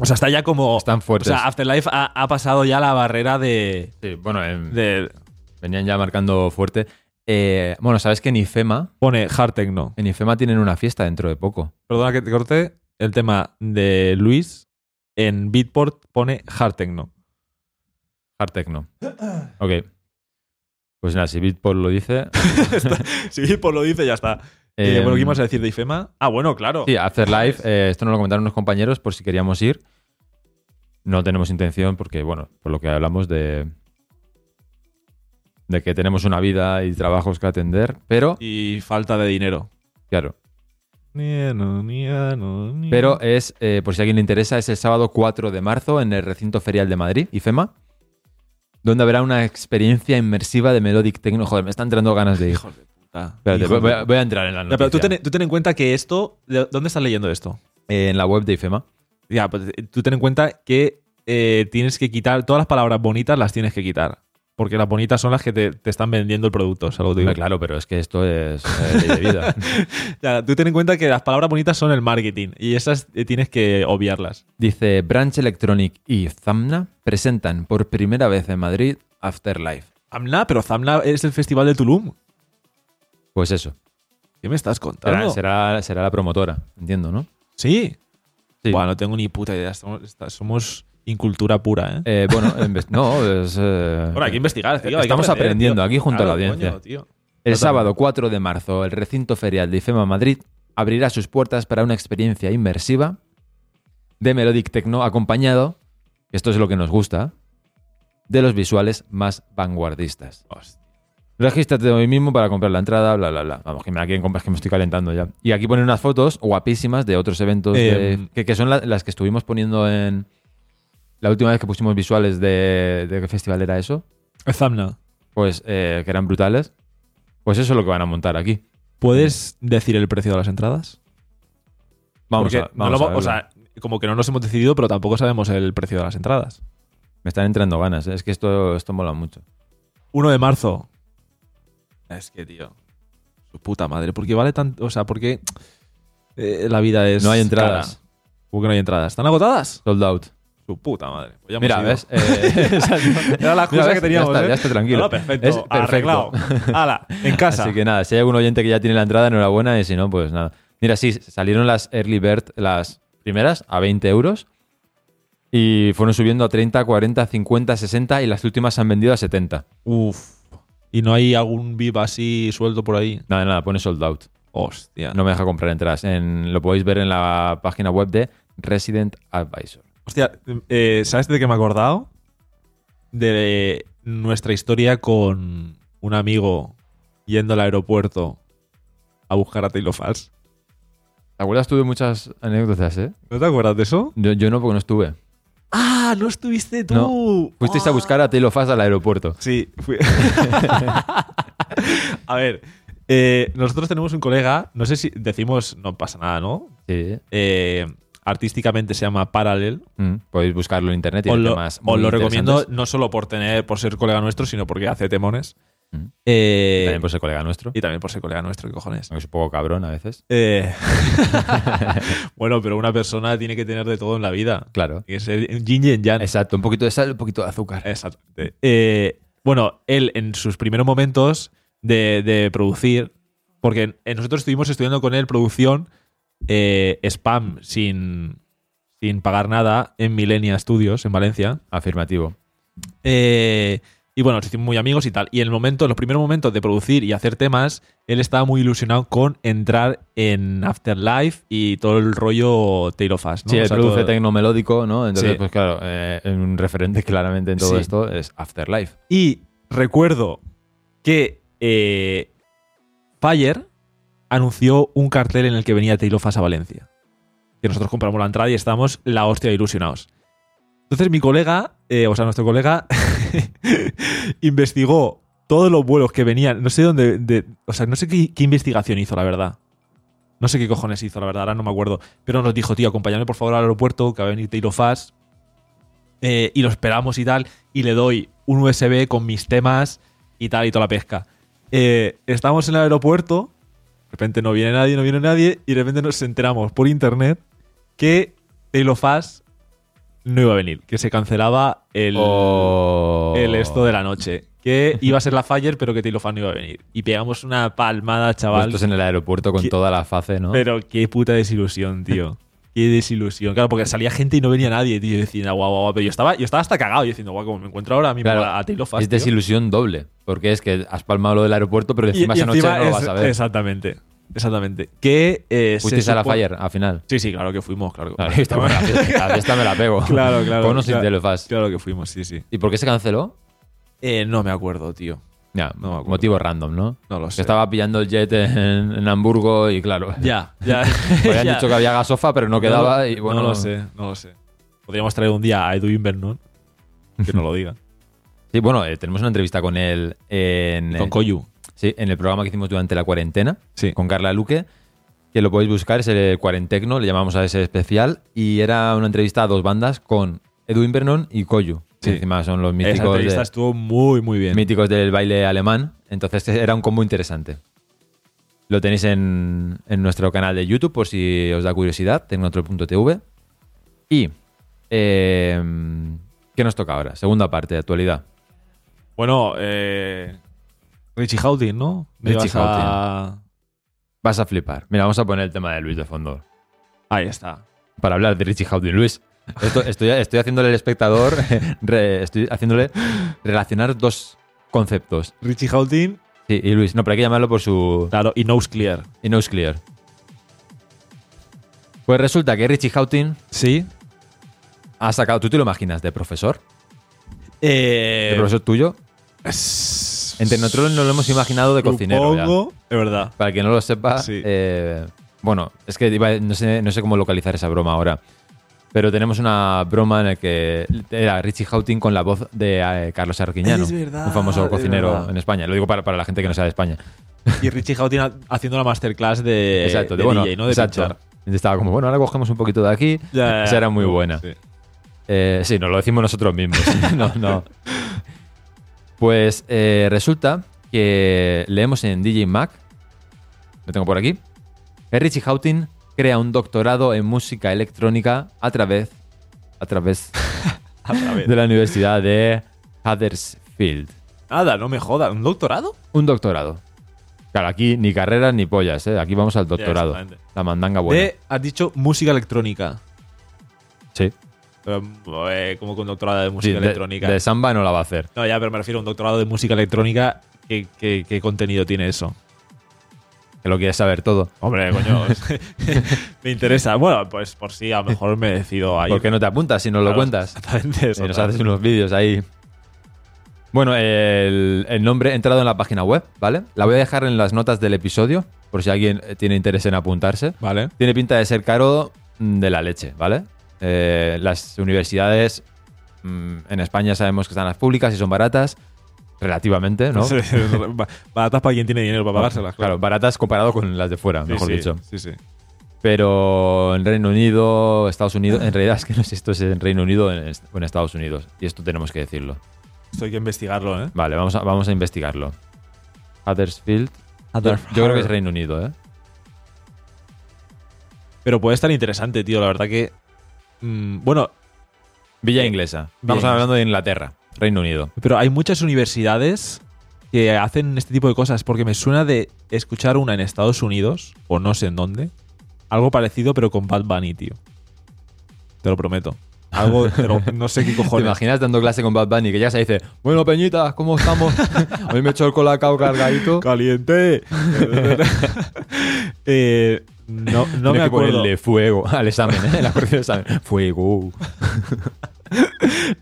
O sea, está ya como... Están O fuertes. sea, Afterlife ha, ha pasado ya la barrera de. Sí, bueno, em, de- venían ya marcando fuerte. Eh, bueno, sabes que en IFEMA, pone Hard Techno. en IFEMA tienen una fiesta dentro de poco. Perdona que te corte. El tema de Luis en Beatport pone Hard Techno. Hard Techno. Ok. Pues nada, si Beatport lo dice. Si Beatport pues lo dice, ya está. Eh, em, bueno, ¿qué ibas a decir de IFEMA? Ah, bueno, claro. Sí, Afterlife, eh, esto nos lo comentaron unos compañeros por si queríamos ir. No tenemos intención porque, bueno, por lo que hablamos de, de que tenemos una vida y trabajos que atender, pero, Y falta de dinero. claro, pero Pero. es, eh, por si a alguien le interesa, es el sábado 4 de marzo en el recinto ferial de Madrid, IFEMA, donde habrá una experiencia inmersiva de Melodic Techno. Joder, me están entrando ganas de ir. Hijo de puta. eh, Espérate, Hijo voy, de- voy a, voy a entrar en la Ya, noticia. pero tú ten, tú ten en cuenta que esto. ¿de ¿Dónde estás leyendo esto? eh, en la web de IFEMA. Ya, pues, eh, tú ten en cuenta que eh, tienes que quitar, todas las palabras bonitas las tienes que quitar. Porque las bonitas son las que te, te están vendiendo el producto, ¿sabes lo que te digo? Hombre, claro, pero es que esto es eh, ley de vida. Ya, tú ten en cuenta que las palabras bonitas son el marketing y esas eh, tienes que obviarlas. Dice Branch Electronic y Zamna presentan por primera vez en Madrid Afterlife. Zamna, pero Zamna es el festival de Tulum. Pues eso. ¿Qué me estás contando? Será, será, será la promotora, entiendo, ¿no? Sí. Sí. Buah, no tengo ni puta idea. Estamos, esta- somos incultura pura, ¿eh? Eh, bueno, en vez- no, es. eh, Bueno, hay que investigar, tío. hay que Estamos aprender, aprendiendo tío. aquí junto a la Claro, audiencia. coño, tío. El Totalmente. sábado 4 de marzo, el recinto ferial de IFEMA Madrid abrirá sus puertas para una experiencia inmersiva de Melodic Techno acompañado, esto es lo que nos gusta, de los visuales más vanguardistas. Hostia. Regístrate hoy mismo para comprar la entrada, bla, bla, bla. Vamos, que me la quieren comprar, es que me estoy calentando ya. Y aquí ponen unas fotos guapísimas de otros eventos de- Em. que, que son la- las que estuvimos poniendo en... La última vez que pusimos visuales de, de qué festival era eso, Zamna, pues eh, que eran brutales. Pues eso es lo que van a montar aquí. ¿puedes decir el precio de las entradas? Vamos, Porque a, vamos no lo- a O verlo. sea, como que no nos hemos decidido, pero tampoco sabemos el precio de las entradas. Me están entrando ganas, ¿eh? es que esto, esto mola mucho. 1 de marzo. Es que, tío. Su puta madre. ¿Por qué vale tanto? O sea, porque la vida es. no hay entradas. cara. ¿Cómo que no hay entradas? ¿Están agotadas? Sold out. Su puta madre. Pues ya hemos Mira, ido. ¿ves? Eh, Era Mira, la excusa ¿ves? que teníamos. Ya está, ¿eh? ya está tranquilo. No, no, perfecto. Es perfecto. Arreglado. Ala, en casa. Así que nada, si hay algún oyente que ya tiene la entrada, enhorabuena, y si no, pues nada. Mira, sí, salieron las Early Bird, las primeras, a 20 euros. Y fueron subiendo a 30, 40, 50, 60 y las últimas se han vendido a 70. Uf. ¿Y no hay algún VIP así suelto por ahí? Nada, nada, pone sold out. Hostia. No me deja comprar entradas. En- lo podéis ver en la página web de Resident Advisor. Hostia, eh, ¿sabes de qué me he acordado? De nuestra historia con un amigo yendo al aeropuerto a buscar a Taylor Fals. ¿Te acuerdas tú de muchas anécdotas, eh? ¿No te acuerdas de eso? Yo, yo no, porque no estuve. ¡Ah! ¡No estuviste tú! Fuisteis a Ah. buscar a Taylor Fass al aeropuerto. Sí, fui. a ver, eh, nosotros tenemos un colega, no sé si decimos, no pasa nada, ¿no? Sí. Eh, artísticamente se llama Parallel. Mm, Podéis buscarlo en internet y Os lo, temas muy os lo recomiendo interesantes. no solo por tener, por ser colega nuestro, sino porque hace temones. Mm. Eh, También por ser colega nuestro. Y también por ser colega nuestro, qué cojones. aunque Es un poco cabrón a veces. Eh, bueno, pero una persona tiene que tener de todo en la vida. Claro. Tiene que ser un yin y un yang. Exacto. Un poquito de sal, un poquito de azúcar. Exactamente. Eh, bueno, él en sus primeros momentos de, de producir, porque eh, nosotros estuvimos estudiando con él producción eh, spam sin, sin pagar nada en Milenia Studios, en Valencia. Afirmativo. Eh, y bueno, nos hicimos muy amigos y tal. Y en el momento, en los primeros momentos de producir y hacer temas, él estaba muy ilusionado con entrar en Afterlife y todo el rollo Tale of Us, ¿no? Sí, O el sea, produce todo- tecno melódico, ¿no? Entonces, Sí. pues claro, eh, un referente claramente en todo Sí. esto es Afterlife. Y recuerdo que eh, Fire anunció un cartel en el que venía Taylor Fast a Valencia. Que nosotros compramos la entrada y estábamos la hostia de ilusionados. Entonces mi colega, eh, o sea, nuestro colega, investigó todos los vuelos que venían. No sé dónde. de- o sea, no sé qué, qué investigación hizo, la verdad. No sé qué cojones hizo, la verdad, ahora no me acuerdo. Pero nos dijo, tío, acompáñame por favor al aeropuerto, que va a venir Taylor Fast eh, y lo esperamos y tal, y le doy un USB con mis temas y tal, y toda la pesca. Eh, estamos en el aeropuerto, de repente no viene nadie, no viene nadie, y de repente nos enteramos por internet que Taylor Fast no iba a venir, que se cancelaba el, Oh. O- el esto de la noche, que iba a ser la Fire, pero que Taylor Fast no iba a venir. Y pegamos una palmada, chaval. Puestos en el aeropuerto con Que- toda la fase, ¿no? Pero qué puta desilusión, tío. Qué desilusión. Claro, porque salía gente y no venía nadie, tío. Y decía, guau, guau, guau. Pero yo estaba, yo estaba hasta cagado. Yo diciendo, guau, como me encuentro ahora mismo Claro, a Taylor Fast. es tío". desilusión doble. Porque es que has palmado lo del aeropuerto, pero Y- encima y esa noche encima no lo es- vas a ver. Exactamente. Exactamente. Que. eh, se Fuisteis a la supo- Fire al final. Sí, sí, claro que fuimos, claro. que Claro, fuimos. esta me la, la fiesta me la pego. claro, claro. Con unos claro, Telefast. Claro que fuimos, sí, sí. ¿Y por qué se canceló? Eh, no me acuerdo, tío. Ya, No me acuerdo. motivo random, ¿no? No lo Que sé. Estaba pillando el jet en, en Hamburgo y claro. Ya, ya. Habían ya. Pues dicho que había gasofa, pero no quedaba y bueno. No lo sé, no lo sé. Podríamos traer un día a Edwin Vernon. Que nos lo diga. Sí, bueno, eh, tenemos una entrevista con él en, Con Koyu. sí, en el programa que hicimos durante la cuarentena Sí. con Carla Luque. que lo podéis buscar, es el Cuarentecno, le llamamos a ese especial, y era una entrevista a dos bandas con Edwin Vernon y Koyu. que Sí. encima son los Esa míticos, entrevista de- estuvo muy, muy bien. míticos del baile alemán. Entonces era un combo interesante. Lo tenéis en, en nuestro canal de YouTube por si os da curiosidad, tecnotro.tv. Y, eh, ¿qué nos toca ahora? Segunda parte, de actualidad. Bueno, eh, Richie Houghton, ¿no? Me Richie ibas a- Vas a flipar. Mira, vamos a poner el tema de Luis de fondo. Ahí está. para hablar de Richie Houghton Luis. Esto- estoy, estoy haciéndole al espectador, re- estoy haciéndole relacionar dos conceptos. Richie Houghton, Sí, y Luis, no, pero hay que llamarlo por su claro, y Nose Clear. y no es clear. Pues resulta que Richie Houghton Sí. ha sacado, ¿tú te lo imaginas? ¿De profesor? ¿De Eh, profesor tuyo? Entre nosotros no lo hemos imaginado de cocinero. ya. Supongo, es verdad. Para el que no lo sepa, Sí. eh, bueno, es que iba- no, sé, no sé cómo localizar esa broma ahora. Pero tenemos una broma en la que era Richie Houghton con la voz de eh, Carlos Arquiñano, Es verdad, un famoso es cocinero verdad. en España. Lo digo para, para la gente que no sea de España. Y Richie Houghton ha- haciendo la masterclass de, exacto, Eh, de bueno, DJ, ¿no? De exacto. pinchar. Estaba como, bueno, ahora cogemos un poquito de aquí. Ya, ya, Esa era ya. muy buena. Sí. Eh, sí, nos lo decimos nosotros mismos. no, no. Pues eh, resulta que leemos en DJ Mac, lo tengo por aquí, que Richie Houghton crea un doctorado en música electrónica a través, a través Otra vez. de la Universidad de Huddersfield. Nada, no me jodas. ¿Un doctorado? Un doctorado. Claro, aquí ni carreras ni pollas, ¿eh? aquí vamos al doctorado. exactamente. la mandanga buena. De, has dicho música electrónica. sí, Pero, eh, como con doctorado de sí música de- electrónica. de samba no la va a hacer. No, ya, pero me refiero a un doctorado de música electrónica. ¿Qué, qué- qué contenido tiene eso? Que lo quieres saber todo. Hombre, coño. me interesa. Bueno, pues por sí, a lo mejor me decido ahí. ¿Por qué no te apuntas si nos lo Claro, cuentas? Exactamente eso. Y Eh, nos tal. haces unos vídeos ahí. Bueno, el, el nombre he entrado en la página web, ¿vale? La voy a dejar en las notas del episodio, por si alguien eh, tiene interés en apuntarse. Vale. Tiene pinta de ser caro mm, de la leche, ¿vale? Eh, las universidades mm, en España sabemos que están las públicas y son baratas, relativamente, ¿no? Baratas para quien tiene dinero para pagárselas. Claro, baratas comparado con las de fuera, Sí, mejor sí, dicho. Sí, sí. Pero en Reino Unido, Estados Unidos, en realidad es que no sé si esto es en Reino Unido o en- o en Estados Unidos. Y esto tenemos que decirlo. Esto hay que investigarlo, ¿eh? Vale, vamos a, vamos a investigarlo. Huddersfield. Yo, yo creo que es Reino Unido, ¿eh? Pero puede estar interesante, tío. La verdad que. mm, bueno, Villa Eh, Inglesa. Villa Estamos Inglesa. hablando de Inglaterra, Reino Unido. pero hay muchas universidades que hacen este tipo de cosas. Porque me suena de escuchar una en Estados Unidos, o no sé en dónde. Algo parecido, pero con Bad Bunny, tío. Te lo prometo. Algo, pero no sé qué ¿Te cojones. imaginas dando clase con Bad Bunny que ya se dice, bueno, Peñitas, ¿cómo estamos? A mí me echó el colacao cargadito. ¡Caliente! Eh, no no me Tienes que acuerdo. ponerle fuego al examen, ¿eh? La corrección del examen. Fuego.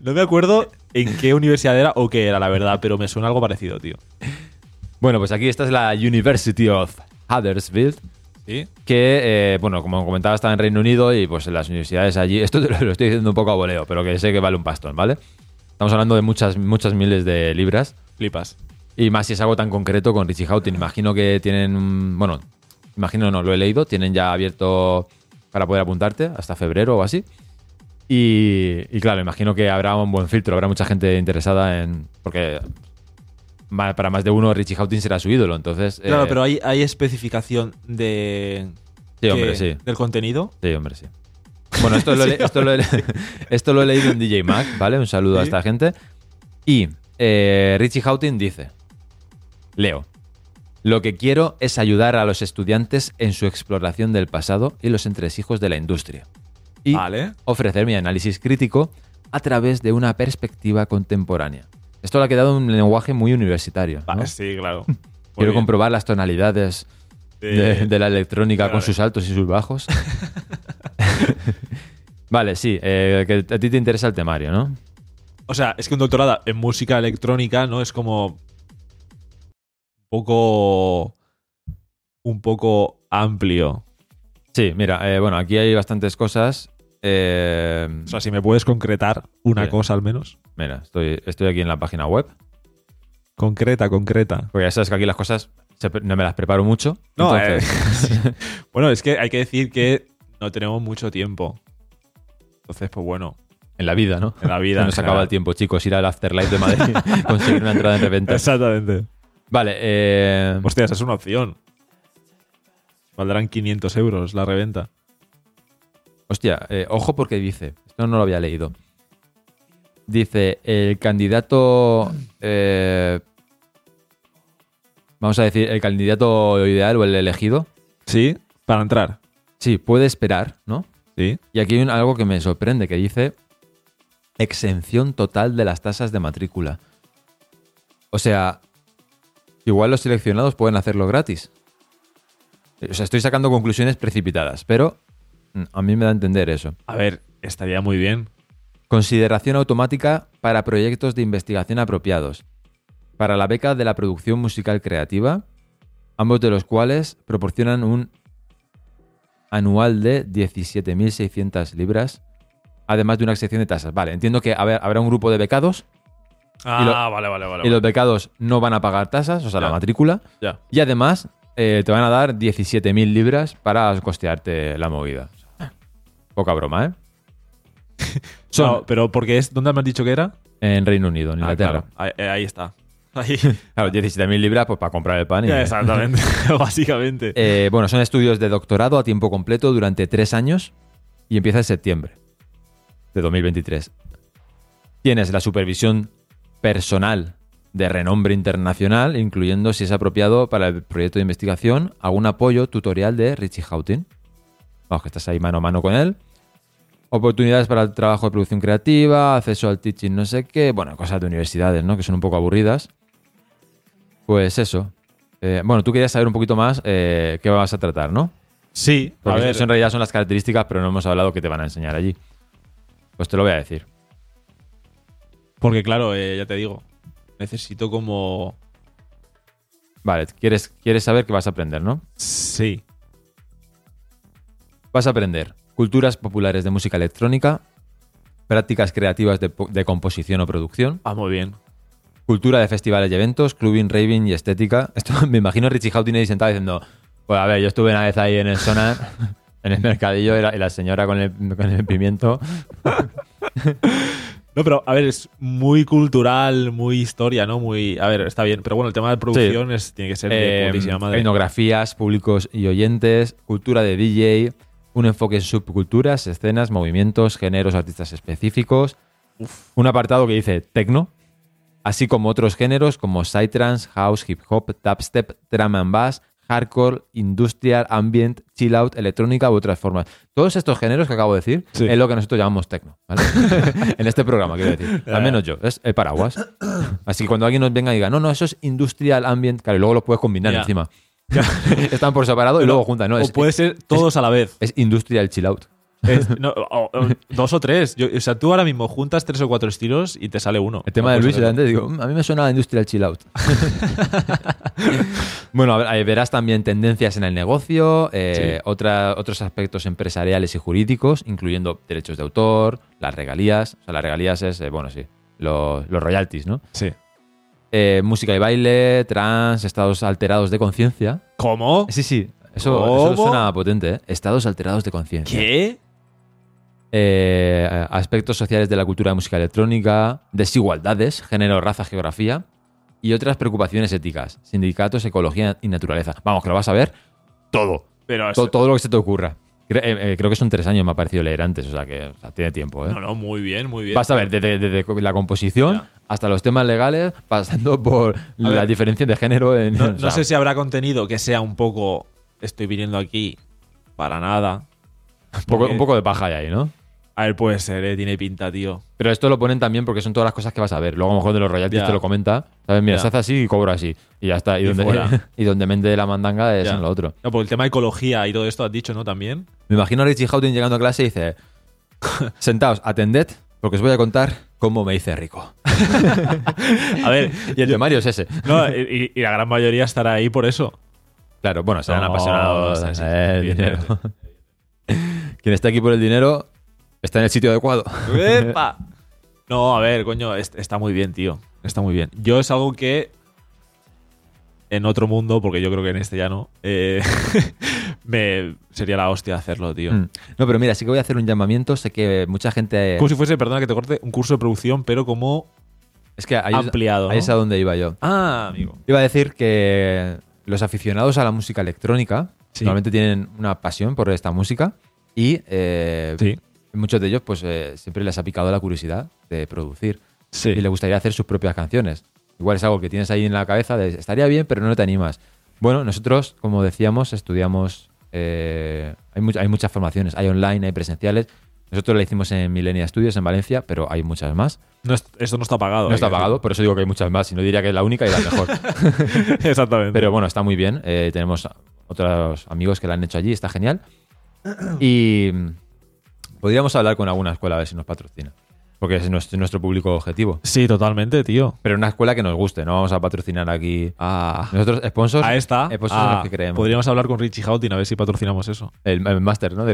No me acuerdo en qué universidad era o qué era, la verdad, pero me suena algo parecido, tío. Bueno, pues aquí esta es la University of Huddersfield. ¿Sí? que, eh, bueno, como comentaba, está en Reino Unido y pues en las universidades allí, esto te lo, lo estoy diciendo un poco a voleo, pero que sé que vale un pastón, ¿vale? Estamos hablando de muchas, muchas miles de libras Flipas. y más si es algo tan concreto con Richie Houghton. Imagino que tienen, un- bueno, imagino no, lo he leído, tienen ya abierto para poder apuntarte hasta febrero o así. Y, y claro, imagino que habrá un buen filtro, habrá mucha gente interesada en... porque ma- para más de uno Richie Houghton será su ídolo, entonces... Claro, eh, pero hay, hay especificación de. Sí, que- hombre, sí. Del contenido. Sí, hombre, sí. Bueno, esto lo, he le- esto lo he le- esto lo he leído en DJ Mac, ¿vale? Un saludo a Sí. esta gente. Y eh, Richie Houghton dice, leo, lo que quiero es ayudar a los estudiantes en su exploración del pasado y los entresijos de la industria. Y Vale. ofrecer mi análisis crítico a través de una perspectiva contemporánea. Esto le ha quedado un lenguaje muy universitario. ¿no? Vale, sí, claro. Muy Quiero bien. comprobar las tonalidades de, Eh, de la electrónica claro. con sus altos y sus bajos. vale, sí, eh, que a ti te interesa el temario, ¿no? O sea, es que un doctorado en música electrónica, ¿no? Es como. Un poco. Un poco amplio. Sí, mira, eh, bueno, aquí hay bastantes cosas. Eh, O sea, si me puedes concretar una Sí. cosa al menos. mira, estoy, estoy aquí en la página web. Concreta, concreta. Porque ya sabes que aquí las cosas Se pre- no me las preparo mucho. No, entonces- eh, bueno, es que hay que decir que no tenemos mucho tiempo. Entonces, pues bueno, en la vida, ¿no? en la vida. Se en nos general. acaba el tiempo, chicos. Ir al Afterlife de Madrid, conseguir una entrada en reventa. Exactamente. Vale, eh, Hostia, esa es una opción. Valdrán 500 euros la reventa. hostia, eh, ojo porque dice, esto no lo había leído. Dice, el candidato, eh, vamos a decir, el candidato ideal o el elegido, ¿Sí? Para entrar. sí, puede esperar, ¿no? ¿Sí? Y aquí hay un- algo que me sorprende, que dice exención total de las tasas de matrícula. O sea, igual los seleccionados pueden hacerlo gratis. O sea, estoy sacando conclusiones precipitadas, pero mm, a mí me da a entender eso. A ver, estaría muy bien. Consideración automática para proyectos de investigación apropiados. Para la beca de la producción musical creativa, ambos de los cuales proporcionan un anual de 17.600 libras, además de una sección de tasas. Vale, entiendo que a ver, habrá un grupo de becados Ah, lo- vale, vale, vale. y los becados no van a pagar tasas, o sea, la Ya. matrícula, Ya. y además eh, te van a dar 17.000 libras para costearte la movida. Ah. Poca broma, ¿eh? Son- No, pero porque es. ¿Dónde me has dicho que era? En Reino Unido, en Ah, Inglaterra. claro. Ahí, ahí está. Ahí. Claro, 17.000 libras pues para comprar el pan. Y, Exactamente. Básicamente. Eh, bueno, son estudios de doctorado a tiempo completo durante tres años y empieza en septiembre de 2023. Tienes la supervisión personal de renombre internacional, incluyendo si es apropiado para el proyecto de investigación, algún apoyo tutorial de Richie Houghton. Vamos, que estás ahí mano a mano con él. Oportunidades para el trabajo de producción creativa, acceso al teaching, no sé qué. Bueno, cosas de universidades, ¿no? Que son un poco aburridas. Pues eso. Eh, bueno, tú querías saber un poquito más eh, qué vas a tratar, ¿no? sí, a Porque ver. eso en realidad son las características, pero no hemos hablado que te van a enseñar allí. Pues te lo voy a decir. Porque claro, eh, ya te digo. Necesito como. Vale, quieres, quieres saber qué vas a aprender, ¿no? Sí. Vas a aprender culturas populares de música electrónica, prácticas creativas de, po- de composición o producción, Ah, muy bien. cultura de festivales y eventos, clubbing, raving y estética. Esto me imagino a Richie Houghton ahí sentado diciendo, pues a ver, yo estuve una vez ahí en el Sonar, en el mercadillo, y la, y la señora con el, con el pimiento. No, pero a ver, es muy cultural, muy historia, ¿no? Muy. A ver, está bien. Pero bueno, el tema de producción es- tiene que ser de Eh, putísima madre. Etnografías, públicos y oyentes, cultura de DJ, un enfoque en subculturas, escenas, movimientos, géneros, artistas específicos. Un apartado que dice techno, así como otros géneros como psytrance, house, hip hop, tapstep, drum and bass, hardcore, industrial, ambient, chill out, electrónica u otras formas. Todos estos géneros que acabo de decir Sí. es lo que nosotros llamamos techno, ¿vale? en este programa, quiero decir. Al menos yo, es el paraguas. Así que cuando alguien nos venga y diga, no, no, eso es industrial, ambient, claro, y luego lo puedes combinar Ya. encima. Están por separado y luego juntan, ¿no? o Es, puede ser todos a la vez. es industrial chill out. Es- no, o- o dos o tres. Yo- o sea, tú ahora mismo juntas tres o cuatro estilos y te sale uno. El tema No pues de puede Luis, ser yo antes digo, "Mm, a mí me suena a Industrial Chill Out. bueno, a ver, ahí verás también tendencias en el negocio, eh, otra- otros aspectos empresariales y jurídicos, incluyendo derechos de autor, las regalías. O sea, las regalías es, eh, bueno, sí, los, los royalties, ¿no? otro. Sí. Eh, música y baile, trans, estados alterados de conciencia. ¿Cómo? Sí, sí, eso, eso ¿Cómo? suena potente, ¿eh? Estados alterados de conciencia. ¿Qué? Eh, aspectos sociales de la cultura de música electrónica, desigualdades, género, raza, geografía y otras preocupaciones éticas, sindicatos, ecología y naturaleza. Vamos, que lo vas a ver todo, Pero to- eso- todo, lo que se te ocurra. Cre- eh, eh, creo que son tres años, me ha parecido leer antes, o sea que o sea, tiene tiempo. ¿eh? No, no, muy bien, muy bien. Vas a ver desde, desde la composición Ya. hasta los temas legales, pasando por la ver. diferencia de género. En, No, o no sea, sé si habrá contenido que sea un poco. Estoy viniendo aquí para nada. un, poco, un poco de paja hay ahí, ¿no? A ver, puede ser, eh, tiene pinta, tío. Pero esto lo ponen también porque son todas las cosas que vas a ver. Luego a lo mejor de los royalties Ya. te lo comenta. ¿Sabes? Mira, Ya. se hace así y cobro así. Y ya está. Y, Y donde, fuera. y donde mente la mandanga es Ya. en lo otro. No, porque el tema de ecología y todo esto has dicho, ¿no? También. Me imagino a Richie Houghton llegando a clase y dice: Sentaos, atended, porque os voy a contar cómo me hice rico. A ver, Y el temario es ese. no, y, y la gran mayoría estará ahí por eso. Claro, bueno, serán No, apasionados. sí, sí, sí, eh, el evidentemente. dinero. Quien está aquí por el dinero está en el sitio adecuado. ¡Epa! No, a ver, coño, es- está muy bien, tío. Está muy bien. Yo es algo que en otro mundo, porque yo creo que en este ya no, eh, me, sería la hostia hacerlo, tío. Mm. No, pero mira, sí que voy a hacer un llamamiento. Sé que mucha gente. Como si fuese, perdona que te corte, un curso de producción, pero como... Es que ahí, ampliado, ahí es ¿no? a donde iba yo. Ah, amigo. Iba a decir que los aficionados a la música electrónica Sí. normalmente tienen una pasión por esta música y eh, Sí. muchos de ellos pues eh, siempre les ha picado la curiosidad de producir Sí. y les gustaría hacer sus propias canciones. Igual es algo que tienes ahí en la cabeza de estaría bien, pero no te animas. Bueno, nosotros, como decíamos, estudiamos. eh, hay, much- hay muchas formaciones, hay online, hay presenciales. Nosotros la hicimos en Millennia Studios en Valencia, pero hay muchas más. No es- esto no está pagado. No está hay que pagado, por eso digo que hay muchas más, si no diría que es la única y la mejor. decir. Exactamente. Pero bueno, está muy bien. eh, tenemos otros amigos que la han hecho allí, está genial. Y mm, podríamos hablar con alguna escuela a ver si nos patrocina. Porque es nuestro, nuestro público objetivo. sí, totalmente, tío. Pero una escuela que nos guste, no vamos a patrocinar aquí. Ah. Nosotros, sponsors, eh, pues A esta. sponsors en ah, e-, los que creemos. Podríamos hablar con Richie Houghton a ver si patrocinamos eso. El, el máster, ¿no? De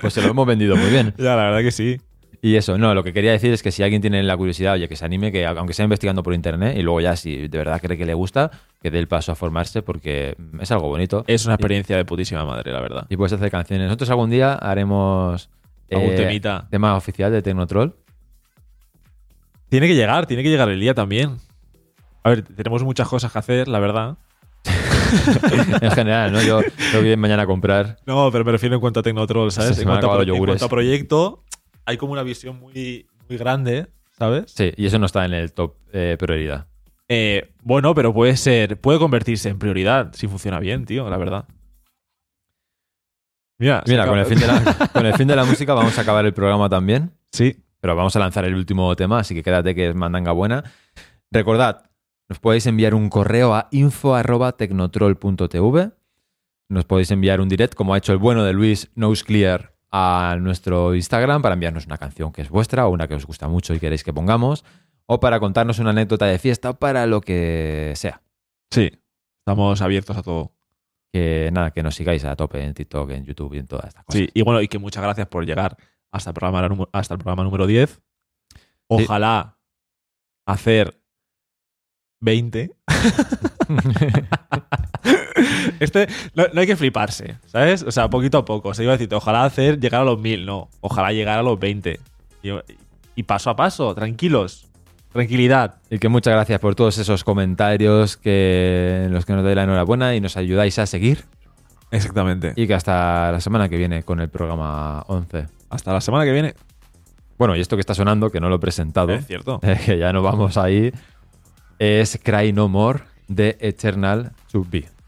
pues se lo hemos vendido muy bien. Ya, la verdad que sí. Y eso, no, lo que quería decir es que si alguien tiene la curiosidad, oye, que se anime, que aunque sea investigando por internet, y luego ya si de verdad cree que le gusta, que dé el paso a formarse porque es algo bonito. Es una experiencia de putísima madre, la verdad. Y puedes hacer canciones. Nosotros algún día haremos eh, Algún temita. tema oficial de Tecnotroll. Tiene que llegar, tiene que llegar el día también. A ver, tenemos muchas cosas que hacer, la verdad. en general, ¿no? Yo tengo que ir mañana a comprar. No, pero me refiero en cuanto a Tecnotroll, ¿sabes? Se en, me han cuanto a, acabado los pro- en yogures. cuanto a proyecto, hay como una visión muy, muy grande, ¿sabes? Sí, y eso no está en el top eh, prioridad. Eh, bueno, pero puede ser, puede convertirse en prioridad si funciona bien, tío, la verdad. Mira, se Mira, con acaba- el, fin de la, con el fin de la música vamos a acabar el programa también, Sí, pero vamos a lanzar el último tema, así que quédate que es mandanga buena. Recordad, nos podéis enviar un correo a info.tecnotroll.tv. Nos podéis enviar un direct, como ha hecho el bueno de Luis Noseclear, a nuestro Instagram para enviarnos una canción que es vuestra o una que os gusta mucho y queréis que pongamos, o para contarnos una anécdota de fiesta o para lo que sea. sí. Estamos abiertos a todo. Que nada, que nos sigáis a tope en TikTok, en YouTube y en todas estas cosas. Sí, y bueno, y que muchas gracias por llegar hasta el programa, número- hasta el programa número 10. Ojalá hacer 20. Este, no, no hay que fliparse, ¿sabes? O sea, poquito a poco. O sea, iba a decirte, ojalá hacer llegar a los 1000. No, ojalá llegar a los 20. Y, y paso a paso, tranquilos. Tranquilidad. Y que muchas gracias por todos esos comentarios que, en los que nos dais la enhorabuena y nos ayudáis a seguir. Exactamente. Y que hasta la semana que viene con el programa 11. hasta la semana que viene. Bueno, y esto que está sonando, que no lo he presentado, eh, Es cierto. que ya no vamos ahí, es Cry No More de Eternal To Be.